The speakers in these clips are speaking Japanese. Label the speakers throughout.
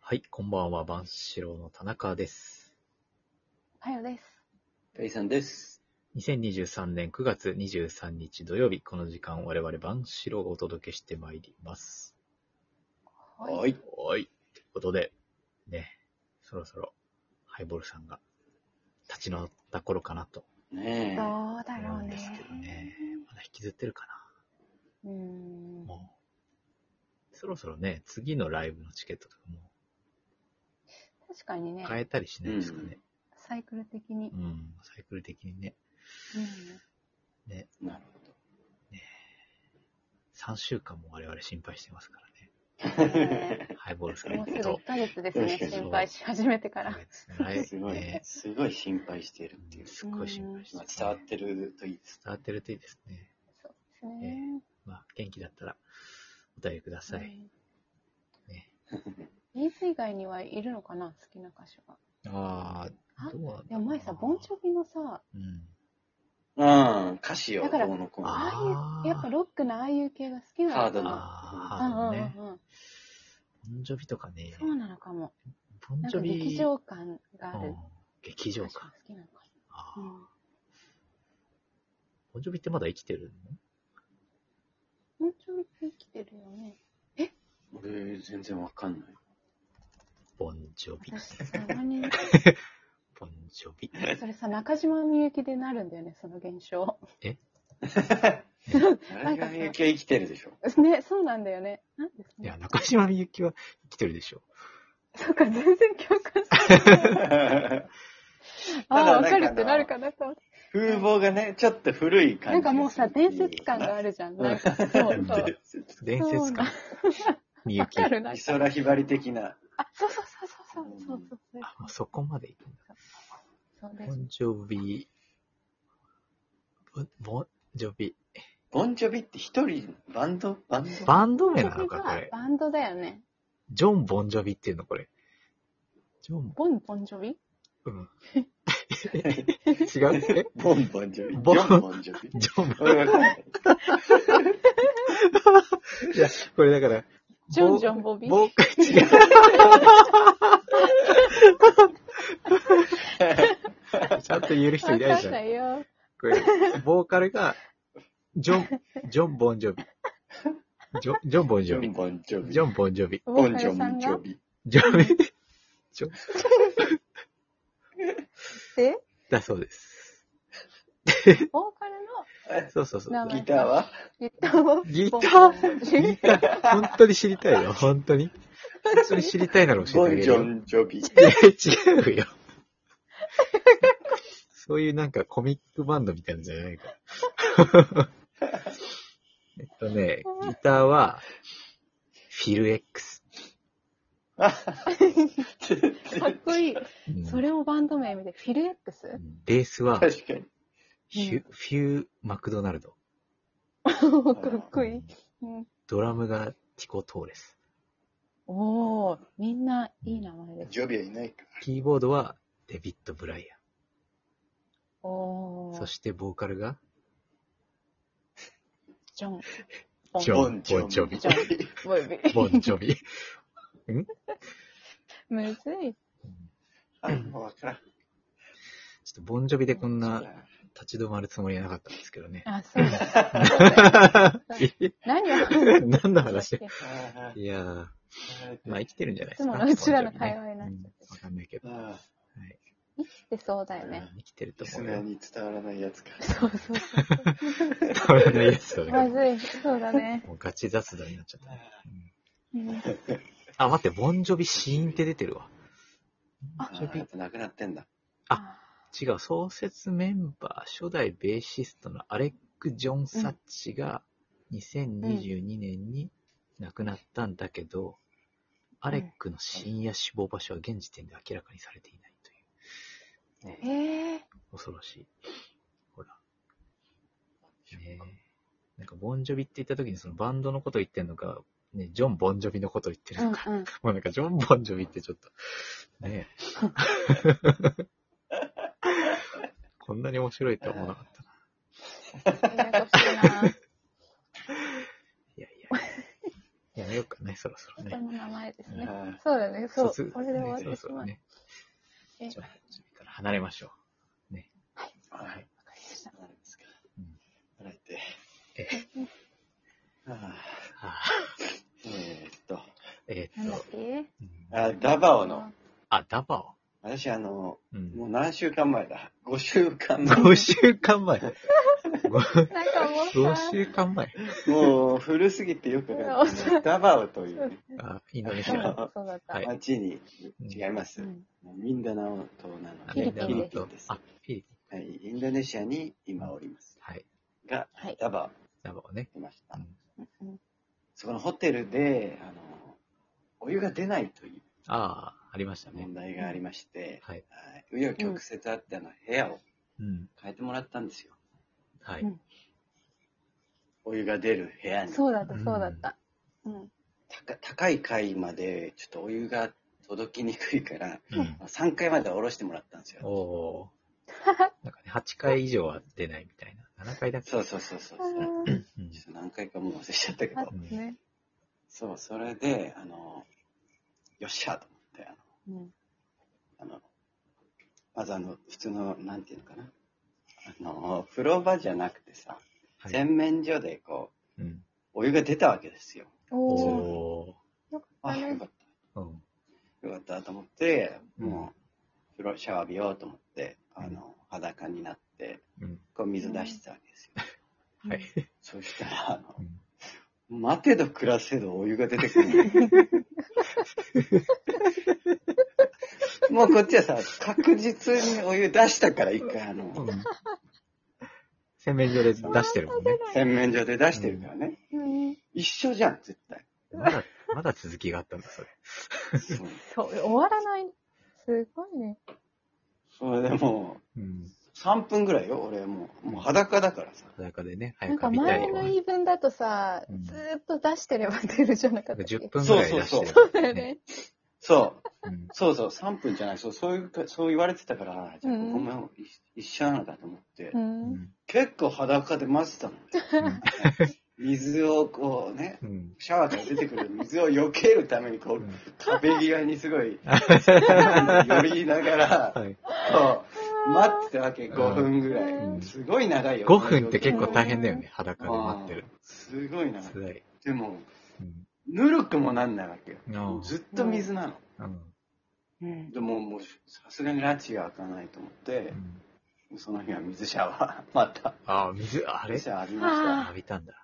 Speaker 1: はい、こんばんは、万志郎の田中です。
Speaker 2: はよです。
Speaker 3: ペイさんです。
Speaker 1: 2023年9月23日土曜日、この時間、我々万志郎がお届けしてまいります。
Speaker 3: は。い。
Speaker 1: はい。ということで、ね、そろそろ、ハイボールさんが立ち直った頃かなと
Speaker 3: ねえ。
Speaker 2: どうだろ
Speaker 1: 思う
Speaker 2: うんね。
Speaker 1: ですけどね、まだ引きずってるか
Speaker 2: うー
Speaker 1: な。
Speaker 2: ん。
Speaker 1: もう、そろそろね、次のライブのチケットとかも
Speaker 2: 確かにね、
Speaker 1: 変えたりしないですかね。
Speaker 2: サイクル的に
Speaker 1: う。ん、サイクル的にね、
Speaker 2: う
Speaker 3: なる
Speaker 1: 3週間も我々心配してますからね。
Speaker 2: んね
Speaker 1: ハイボールさ
Speaker 2: も
Speaker 1: ん
Speaker 2: うすぐ
Speaker 1: と
Speaker 2: 1。ヶ月ですね、
Speaker 3: そう
Speaker 2: 心配し始めてから。
Speaker 3: ほ
Speaker 1: は
Speaker 3: ど。
Speaker 1: い。
Speaker 3: すごい、
Speaker 1: ね
Speaker 3: すごい心配してる っていう。
Speaker 1: すっごい心配して
Speaker 3: ま
Speaker 1: ま
Speaker 3: あ、
Speaker 1: す、
Speaker 3: 伝わってるといいです。
Speaker 1: 伝わってるといいですね。
Speaker 2: そうですね。
Speaker 1: まあ、元気だったら、お便りください。
Speaker 2: うん
Speaker 1: ね。
Speaker 2: ビーズ以外にはいるのかな、好きな歌手が。
Speaker 1: ああ、
Speaker 2: あ
Speaker 1: どうなんだろうな
Speaker 2: でも前さ、ボンチョビのさ、
Speaker 1: うん。
Speaker 3: うん。歌詞を
Speaker 2: だから
Speaker 3: どうのこうの。
Speaker 1: あ
Speaker 2: ああいう、やっぱロックなああいう系が好き
Speaker 3: ハ
Speaker 2: な
Speaker 3: ード
Speaker 2: の
Speaker 3: な
Speaker 2: か
Speaker 1: ああ、
Speaker 2: な。うんうん
Speaker 1: ね。
Speaker 2: うんうん。
Speaker 1: ボンジョビとかね。
Speaker 2: そうなのかも。
Speaker 1: ボン
Speaker 2: なん
Speaker 1: ジ
Speaker 2: か
Speaker 1: ョビ。
Speaker 2: 劇場感があ
Speaker 1: う
Speaker 2: る
Speaker 1: ん。劇場
Speaker 2: 歌手が
Speaker 1: か。
Speaker 2: 好きなのか
Speaker 1: ああ
Speaker 2: な。うん
Speaker 1: ボンジョビってまだ生きてる
Speaker 2: もうちょい生きてるよね。
Speaker 3: 俺、全然わかんない。
Speaker 1: のボンジョビ。
Speaker 2: 私、たまに、
Speaker 1: ボンジョビ。
Speaker 2: それさ、中島みゆきでなるんだよね、その現 象。
Speaker 3: 誰が影響生きてるでしょ。
Speaker 2: ね、そうなんだよね。なんです
Speaker 1: いや、
Speaker 2: ね。
Speaker 1: 中島みゆきは生きてるでしょ。
Speaker 2: そうか、全然共感して ない。ああ、わ
Speaker 3: ただなんか
Speaker 2: かるってなるかなと思って。
Speaker 3: 風貌がね、ちょっと古い感じ。
Speaker 2: なんかもうさ、伝説感があるじゃん。なんか、そうそう。
Speaker 1: 伝説か。みゆ
Speaker 2: わ
Speaker 1: き。
Speaker 2: か
Speaker 1: あ
Speaker 2: る、なん
Speaker 3: 美
Speaker 2: か。
Speaker 3: 空ひばり的な。
Speaker 2: あ、そうそうそうそうそう。そうそう
Speaker 1: もうそこまで行くんだ。
Speaker 2: そう。そうで
Speaker 1: ボ
Speaker 2: す
Speaker 1: ン。ジョビ。ボボンジョビ。
Speaker 3: ボンジョビって一人、バンドバンド
Speaker 1: バンド名なのか、これ。
Speaker 2: バンドだよね。
Speaker 1: ジョン・ボンジョビっていうの、これ。ジョン、
Speaker 2: ボン・ボンジョ ビ
Speaker 1: うん。違うえ
Speaker 3: ボンボンジョビ。
Speaker 1: ボン
Speaker 3: ジョンボンジョビ。
Speaker 1: ジョン、
Speaker 3: 俺わかんない。
Speaker 1: いや、これだから、
Speaker 2: ジョン・ジョン・ボビ
Speaker 1: ボーカル、 違う。ちゃんと言える人いないじゃん。
Speaker 2: わかんないよ。
Speaker 1: これ、ボーカルが、ジョン、ジョン・ボンジョビ。ジョン、ジョン・ボン
Speaker 3: ジ
Speaker 1: ジョ
Speaker 3: ョン
Speaker 1: ビ。
Speaker 3: ボンジョビ。
Speaker 1: ジョン・ボンジョビ。
Speaker 3: ボ
Speaker 2: ボ
Speaker 3: ン
Speaker 2: ン
Speaker 3: ジ
Speaker 2: ジ
Speaker 3: ョ
Speaker 2: ョさん
Speaker 3: ンジ
Speaker 2: が
Speaker 3: ョ。ビ。
Speaker 1: ジョビ、ジョ、
Speaker 2: で、
Speaker 1: だそうです。
Speaker 2: ボーカルの
Speaker 1: そうそうそう。
Speaker 2: 名前
Speaker 3: ギターは
Speaker 2: ギターを
Speaker 1: ギタ
Speaker 2: ボン
Speaker 1: ー
Speaker 2: ボンジョビ
Speaker 1: ギター、本当に知りたいよ、本当に。本当に知りたいなら教
Speaker 3: ボ
Speaker 1: えてあ
Speaker 3: ン
Speaker 1: げ
Speaker 3: ジ
Speaker 1: るよ。
Speaker 3: ョンジョビ。
Speaker 1: いや、違うよ。そういうなんかコミックバンドみたいなんじゃないから。えっとね、ギターは、フィル X。
Speaker 2: かっこいい。
Speaker 1: うん
Speaker 2: それもバンド名見て、フィル X?
Speaker 1: ベースは、フ
Speaker 3: 確かに。
Speaker 1: ュフュー・マクドナルド。
Speaker 2: かっこいい。うん、
Speaker 1: ドラムがティコ・トーレス。
Speaker 2: おお、みんないい名前です。
Speaker 3: ジョビはいないか。
Speaker 1: キーボードはデビッド・ブライ
Speaker 2: お
Speaker 1: アン。
Speaker 2: お
Speaker 1: そ、してボーカルが、
Speaker 2: ジョン。
Speaker 1: ジョン・ボンジョビ
Speaker 2: ジ。ョン。ボイビー
Speaker 1: ボンジョビ。
Speaker 2: むずい。
Speaker 3: あ、もうわからん。
Speaker 1: ちょっとボンジョビでこんな立ち止まるつもりはなかったんですけどね。
Speaker 2: あ、そうだ。何を
Speaker 1: 何の話
Speaker 2: い
Speaker 3: あ
Speaker 1: いやー、まあ生きてるんじゃないですか。
Speaker 2: いつものうちらの会話になっちゃって
Speaker 1: うんわかんないけど。
Speaker 3: あ、
Speaker 2: ってそうだよね。
Speaker 1: 生きてると
Speaker 3: リス
Speaker 1: 思う
Speaker 3: ナ
Speaker 1: よ。
Speaker 3: ーに伝わらないやつか。
Speaker 2: そうそうそ
Speaker 1: 伝わらないやつだ
Speaker 2: う。ま
Speaker 1: ね。
Speaker 2: ずい。そうだね。
Speaker 1: もうガチ雑談になっちゃったね。
Speaker 2: うん
Speaker 1: あ、待って、ボンジョビシーンって出てるわ。
Speaker 3: あ
Speaker 1: ジョビ
Speaker 3: やっぱなくなってんだ。
Speaker 1: あ違う、創設メンバー、初代ベーシストのアレック・ジョン・サッチが2022年に亡くなったんだけど、アレックの死因や死亡場所は現時点で明らかにされていないという、
Speaker 2: ええ
Speaker 1: 恐ろしい。ほら。ねえ。なんか、ボンジョビって言った時にそのバンドのこと言ってんのか、ね、ジョン・ボンジョビのこと言ってる
Speaker 2: う
Speaker 1: の
Speaker 2: ん
Speaker 1: か、
Speaker 2: うん。
Speaker 1: もうなんか、ジョン・ボンジョビってちょっと、ねえ。こんなに面白いとは思わなかったな。
Speaker 2: ややこしいな。
Speaker 1: いやいや。やめようかね、そろそろ
Speaker 2: 人
Speaker 1: ね。
Speaker 2: の名前ですね。
Speaker 3: あ
Speaker 2: そうだね、そう。
Speaker 1: 卒
Speaker 2: これで終わっ
Speaker 1: ね
Speaker 2: て
Speaker 1: そろ
Speaker 2: し
Speaker 1: そ
Speaker 2: ま
Speaker 1: ろ
Speaker 2: う。
Speaker 1: ね。
Speaker 2: え、
Speaker 1: じゃあ、準備から離れましょ
Speaker 3: ーはい。
Speaker 2: わかりました。
Speaker 3: そうなんですか
Speaker 1: うん。
Speaker 3: 洗って。
Speaker 1: え
Speaker 3: あ
Speaker 1: う。あ
Speaker 3: ーえーっと、
Speaker 1: ーえ
Speaker 2: な
Speaker 1: ーっ
Speaker 2: んだっ
Speaker 1: と、
Speaker 2: け
Speaker 1: うん
Speaker 3: あダバオの、
Speaker 1: あ、ダバオ。
Speaker 3: 私あの、
Speaker 1: うん
Speaker 3: もう何週間前だ。5週間前。
Speaker 1: 5週間前。5
Speaker 2: なんか もうさ、
Speaker 1: 週間前。
Speaker 3: もう古すぎてよくわか んない。ダバオというね
Speaker 1: あ、インドネシ
Speaker 2: そうだ
Speaker 1: ア。
Speaker 2: ったそうだった。
Speaker 1: はい
Speaker 3: 町に、
Speaker 1: うん
Speaker 3: 違います。
Speaker 2: うん
Speaker 3: もうミンダナオ島な
Speaker 1: あ
Speaker 3: の
Speaker 2: フィ
Speaker 3: で、
Speaker 2: リ
Speaker 1: みん
Speaker 2: ピン
Speaker 1: なの
Speaker 2: フィリピ
Speaker 1: と
Speaker 3: で、す
Speaker 1: あ、。フィリピン。
Speaker 3: はい、インドネシアに今おります。
Speaker 1: はい。
Speaker 3: が、
Speaker 2: はい。
Speaker 3: ダバ
Speaker 1: ダバオね。
Speaker 3: オにいました。
Speaker 2: うんうん
Speaker 3: そこのホテルで、あの、お湯が出ないという
Speaker 1: ああ、ありましたね
Speaker 3: 問。題がありまして、
Speaker 1: はい。
Speaker 3: はい、紆余曲折あって、あの、部屋を
Speaker 1: うん。
Speaker 3: 変えてもらったんですよ。
Speaker 1: は
Speaker 2: う
Speaker 1: い
Speaker 2: ん。
Speaker 3: お湯が出る部屋に。
Speaker 2: そうだった、そうだった。うん。
Speaker 3: 高高い階まで、ちょっとお湯が届きにくいから、
Speaker 1: うん。
Speaker 3: 3階までは下ろしてもらったんですよ。
Speaker 1: おおー。なんかね、8回以上は出ないみたいな。7回だけ。
Speaker 3: そうそうそうそう。
Speaker 2: あー
Speaker 1: うん
Speaker 3: ちょっと何回かもう忘れちゃったけ
Speaker 2: あ
Speaker 3: ど
Speaker 2: っ。たね。
Speaker 3: そう、それで、あの、よっしゃと思って、
Speaker 2: うん。
Speaker 3: あの、まずあの、普通の、なんていうのかな。あの、風呂場じゃなくてさ、
Speaker 1: はい。
Speaker 3: 洗面所でこう、
Speaker 1: うん。
Speaker 3: お湯が出たわけですよ。
Speaker 1: お
Speaker 2: おー。
Speaker 1: お
Speaker 2: よかっ
Speaker 3: あ、
Speaker 2: た
Speaker 3: よ
Speaker 2: ね
Speaker 3: かっ
Speaker 1: ー。うん。
Speaker 3: た。よかったと思って、
Speaker 1: うん
Speaker 3: もう、風呂、シャワー浴びようと思って、あの、裸になって、
Speaker 1: うん。
Speaker 3: こう水出してたわけですよ。
Speaker 1: はい。
Speaker 3: そしたら、あ
Speaker 1: う
Speaker 3: の、
Speaker 1: ん
Speaker 3: 待てど暮らせどお湯が出てく るの。もうこっちはさ、確実にお湯出したから、一回あの、
Speaker 1: うん。洗面所で出してるもんね。
Speaker 3: 洗面所で出してるからね。
Speaker 2: うん。
Speaker 3: 一緒じゃん、絶 対。
Speaker 1: まだ、まだ続きがあったんだ、それ。
Speaker 3: そう
Speaker 2: そう、終わらない。すごいね。
Speaker 3: それでも
Speaker 1: うん。
Speaker 3: う、3分ぐらいよ、俺もう。もう裸だからさ。
Speaker 1: 裸でね、
Speaker 2: な
Speaker 1: 早
Speaker 2: ん
Speaker 1: く
Speaker 2: か
Speaker 1: 見たい
Speaker 2: 前
Speaker 1: よ
Speaker 2: の。言い分だとさ、
Speaker 1: うん
Speaker 2: ずーっと出してれば出るじゃなか
Speaker 1: なん
Speaker 2: った
Speaker 1: か10
Speaker 2: っけ
Speaker 1: 分ぐらい出してる。
Speaker 3: そう
Speaker 2: そうだよ。ね。
Speaker 3: そう、
Speaker 1: うん。
Speaker 3: そうそう、3分じゃない、そう、そういうか、そう言われてたから、じゃあここも一一緒なのかと思って、
Speaker 2: うん。
Speaker 1: うん。
Speaker 3: 結構裸で待ってたの。水をこうね、
Speaker 1: うん。
Speaker 3: シャワーから出てくる水を避けるために、こ
Speaker 1: う
Speaker 3: う、
Speaker 1: ん
Speaker 3: 壁際にす ごい、寄りながら、
Speaker 1: はい。
Speaker 3: こう、待ってたわけ、5分ぐら
Speaker 1: うん
Speaker 3: い。すごい長いよ。
Speaker 1: 5分って結構大変だよね、裸で待ってる。
Speaker 3: すごいな。
Speaker 1: 辛い。
Speaker 3: でも、
Speaker 1: うん。
Speaker 3: ぬるくもなんないわけよ。
Speaker 1: あ
Speaker 3: ずっと水なの。
Speaker 1: あうん
Speaker 2: うん。
Speaker 3: でも、もう、さすがに拉致が開かないと思っ
Speaker 1: う
Speaker 3: て、
Speaker 1: ん
Speaker 3: その日は水シャワー、 また、
Speaker 1: あー、水、あれ
Speaker 3: 水シャワー浴びました。
Speaker 1: 浴びたんだ。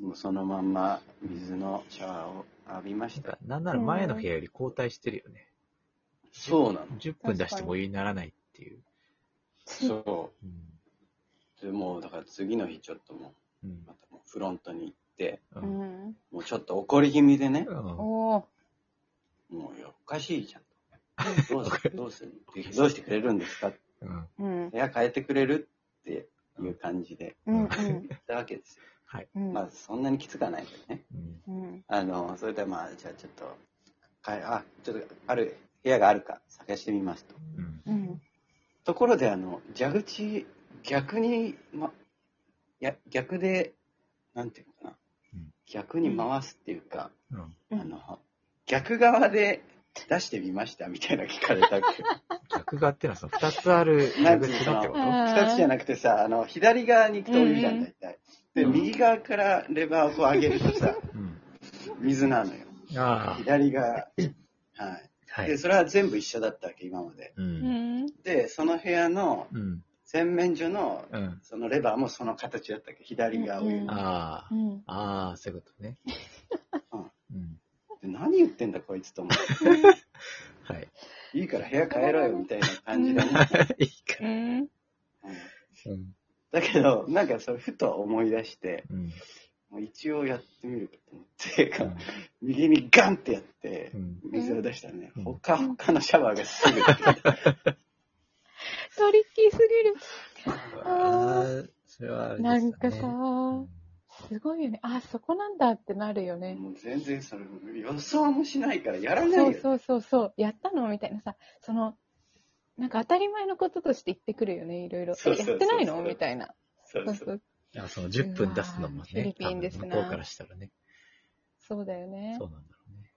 Speaker 3: もうそのまんま、水のシャワーを浴びまし
Speaker 1: なん
Speaker 3: た
Speaker 1: か。なんなら前の部屋より後退してるよね。
Speaker 3: そうなの。
Speaker 1: 10分出してもお湯にならないっていう。
Speaker 3: そ
Speaker 1: うん。
Speaker 3: う。でもう、だから次の日ちょっとも
Speaker 1: う
Speaker 3: う、
Speaker 1: ん
Speaker 3: またもうフロントに行って、
Speaker 1: う。
Speaker 2: うんん。
Speaker 3: もうちょっと怒り気味でね、
Speaker 1: うん
Speaker 2: おー。
Speaker 3: もういやおかしいじゃん。どう すどうするどうしてくれるんですか
Speaker 1: うん。
Speaker 2: うん。
Speaker 3: 部屋変えてくれるっていう感じで
Speaker 2: うん。
Speaker 3: 言ったわけですよ。
Speaker 1: はい。
Speaker 2: うん。
Speaker 3: まあそんなにきつかないけどね。
Speaker 1: うん。
Speaker 2: うん。
Speaker 3: あの、それでまあじゃあちょっと、かえあ、ちょっとある、部屋があるか探してみますと。
Speaker 1: うん。
Speaker 2: うん。
Speaker 3: ところであの、蛇口、逆に、ま、いや逆で、なんていうのかな
Speaker 1: うん。
Speaker 3: 逆に回すっていうか、
Speaker 1: うん。
Speaker 2: うん
Speaker 3: あの、逆側で出してみましたみたいな聞かれたっけど。
Speaker 1: 逆側ってのはその2つある入り口だってこ
Speaker 2: なんていうの
Speaker 1: と
Speaker 3: 二つじゃなくてさ、あの、左側に行くとお湯じゃ、
Speaker 2: うんん
Speaker 3: 大体。で、
Speaker 1: うん
Speaker 3: 右側からレバーをこう上げるとさ、
Speaker 1: うん。
Speaker 3: 水なのよ。
Speaker 1: ああ。
Speaker 3: 左 側。は。
Speaker 1: はいい
Speaker 3: で、。それは全部一緒だったわけ、今まで。
Speaker 1: う。
Speaker 2: うんん。
Speaker 3: で、その部屋の
Speaker 1: うん。
Speaker 3: 洗面所の、
Speaker 1: うん。
Speaker 3: そのレバーもその形だったっけ、左側を言う。
Speaker 2: うん
Speaker 1: ああ
Speaker 2: う。ん。
Speaker 1: ああ、そういうことね。うん。
Speaker 3: で何言ってんだ、こいつと思って。
Speaker 1: はい。
Speaker 3: いいから部屋変えろよ、みたいな感じだね。
Speaker 1: いいか。
Speaker 2: うん。
Speaker 3: うん
Speaker 1: うん。
Speaker 3: だけど、なんかそれ、ふと思い出して、
Speaker 1: うん。
Speaker 3: もう一応やってみるかと思って、
Speaker 1: うん
Speaker 3: 右にガンってやって
Speaker 1: う、ん。
Speaker 3: 水を出したらね、
Speaker 1: うん
Speaker 3: ほかほかのシャワーがすぐ出てきた。
Speaker 2: トリッキーすぎる。
Speaker 1: ああ、それはあれで
Speaker 2: なん
Speaker 1: した
Speaker 2: か
Speaker 1: ね
Speaker 2: さ、すごいよね。あ、そこなんだってなるよね。
Speaker 3: もう全然それ、予想もしないからやらない
Speaker 2: そ
Speaker 3: よ。
Speaker 2: うそうそうそう。やったのみたいなさ、その、なんか当たり前のこととして言ってくるよね、いろいろ。
Speaker 3: そ
Speaker 2: え
Speaker 3: うそうそ
Speaker 2: やっ
Speaker 3: う
Speaker 2: て
Speaker 3: そう
Speaker 2: ないのみたいな。
Speaker 3: そう
Speaker 2: そう
Speaker 3: そ。
Speaker 2: そうう。
Speaker 1: あその10分出すのも
Speaker 2: うわーフィ
Speaker 1: ね
Speaker 2: リ、ピンですな
Speaker 1: 向こうからしたらね。
Speaker 2: そうだよね
Speaker 1: そうなんだろうね。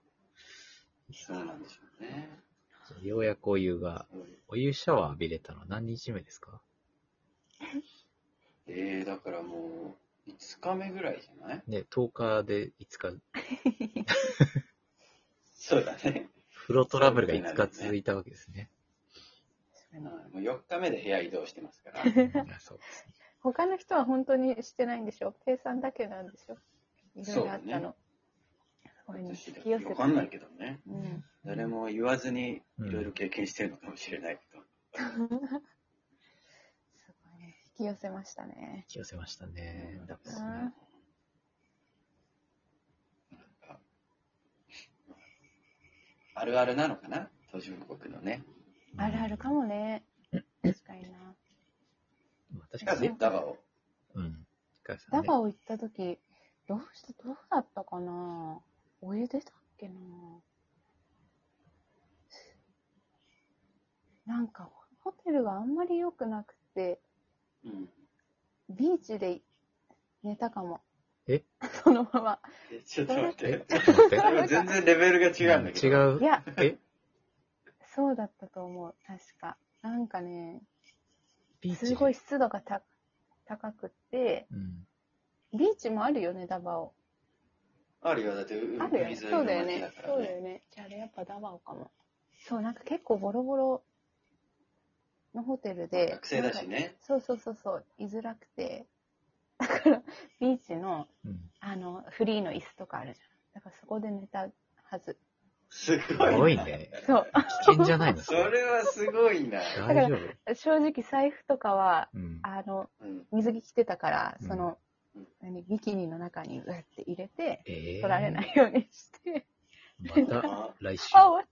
Speaker 3: そうなんでしょうね。
Speaker 1: じゃあようやくお湯が、お湯シャワー浴びれたのは何日目ですか
Speaker 3: えー、だからもう、5日目ぐらいじゃない
Speaker 1: ね、10日で5日、
Speaker 3: そうだね。
Speaker 1: 風呂トラブルが5日続いたわけですね。
Speaker 3: はいもう4日目で部屋移動してます から。
Speaker 1: うんあそうですね。
Speaker 2: 他の人は本当にしてないんでしょペイさんだけなんでしょいろいろあったの。これに
Speaker 3: 私
Speaker 2: 引
Speaker 3: だ
Speaker 2: き寄せ
Speaker 3: わ
Speaker 2: た
Speaker 3: かんないけどね。
Speaker 2: うん。
Speaker 3: 誰も言わずにいろいろ経験してるのかもしれないけど。
Speaker 2: すごいね。引き寄せましたね。
Speaker 1: 気をせましたね。だから
Speaker 2: うん
Speaker 1: ね
Speaker 3: あるあるなのかな途上国のね。
Speaker 2: あるあるか。も ね。確かにな。
Speaker 1: まあ確
Speaker 3: だ
Speaker 1: か
Speaker 3: か
Speaker 1: に
Speaker 3: ら
Speaker 1: ね。
Speaker 3: ねダバオ。
Speaker 1: うん。深谷
Speaker 2: ダ
Speaker 1: さ
Speaker 2: バ
Speaker 1: んね
Speaker 2: オ行った時、どうして、どうだったかなお湯出たっけななんか、ホテルがあんまり良くなくて、
Speaker 3: うん。
Speaker 2: ビーチで寝たかも。
Speaker 1: え
Speaker 2: そのまま。
Speaker 3: えちょっと待っ
Speaker 1: え
Speaker 3: て、。
Speaker 1: ちょっと待っ
Speaker 3: そ
Speaker 1: て。
Speaker 3: れは全然レベルが違うんだけ
Speaker 1: 違
Speaker 3: ど。う。
Speaker 1: う
Speaker 2: い。や、
Speaker 1: え
Speaker 2: そうだったと思う。確か。なんかね、
Speaker 1: ビーチ
Speaker 2: すごい湿度がた高くって、
Speaker 1: うん。
Speaker 2: ビーチもあるよね、ダバオ。
Speaker 3: あるよ。だって、
Speaker 2: あるよ
Speaker 3: 海
Speaker 2: ね。
Speaker 3: 沿い
Speaker 2: そ
Speaker 3: の
Speaker 2: うだよ
Speaker 3: 街だ
Speaker 2: ね
Speaker 3: か。ら
Speaker 2: そうだ
Speaker 3: ね。
Speaker 2: よね。じゃああれやっぱダバオかも。そう、なんか結構ボロボロのホテルで。
Speaker 3: 学生だしね。
Speaker 2: なんか。そうそうそうそう、居づらくて。だから、ビーチの、
Speaker 1: うん。
Speaker 2: あの、フリーの椅子とかあるじゃん。だからそこで寝たはず。
Speaker 3: す
Speaker 1: す
Speaker 3: ごい。
Speaker 1: ごい。ね。
Speaker 2: そう。
Speaker 1: 危険じゃないの
Speaker 3: そ
Speaker 1: それ。
Speaker 3: れはすごいな。
Speaker 1: 大丈夫。
Speaker 2: 正直財布とかは、
Speaker 1: うん。
Speaker 2: あの、
Speaker 3: うん。
Speaker 2: 水着着てたから、
Speaker 1: うん
Speaker 2: その、
Speaker 3: うん
Speaker 2: 何ビキニの中にうやって入れて、
Speaker 1: ええ。
Speaker 2: 取られないようにして、
Speaker 1: また、
Speaker 3: あ
Speaker 1: 来週。
Speaker 2: あ、終わっ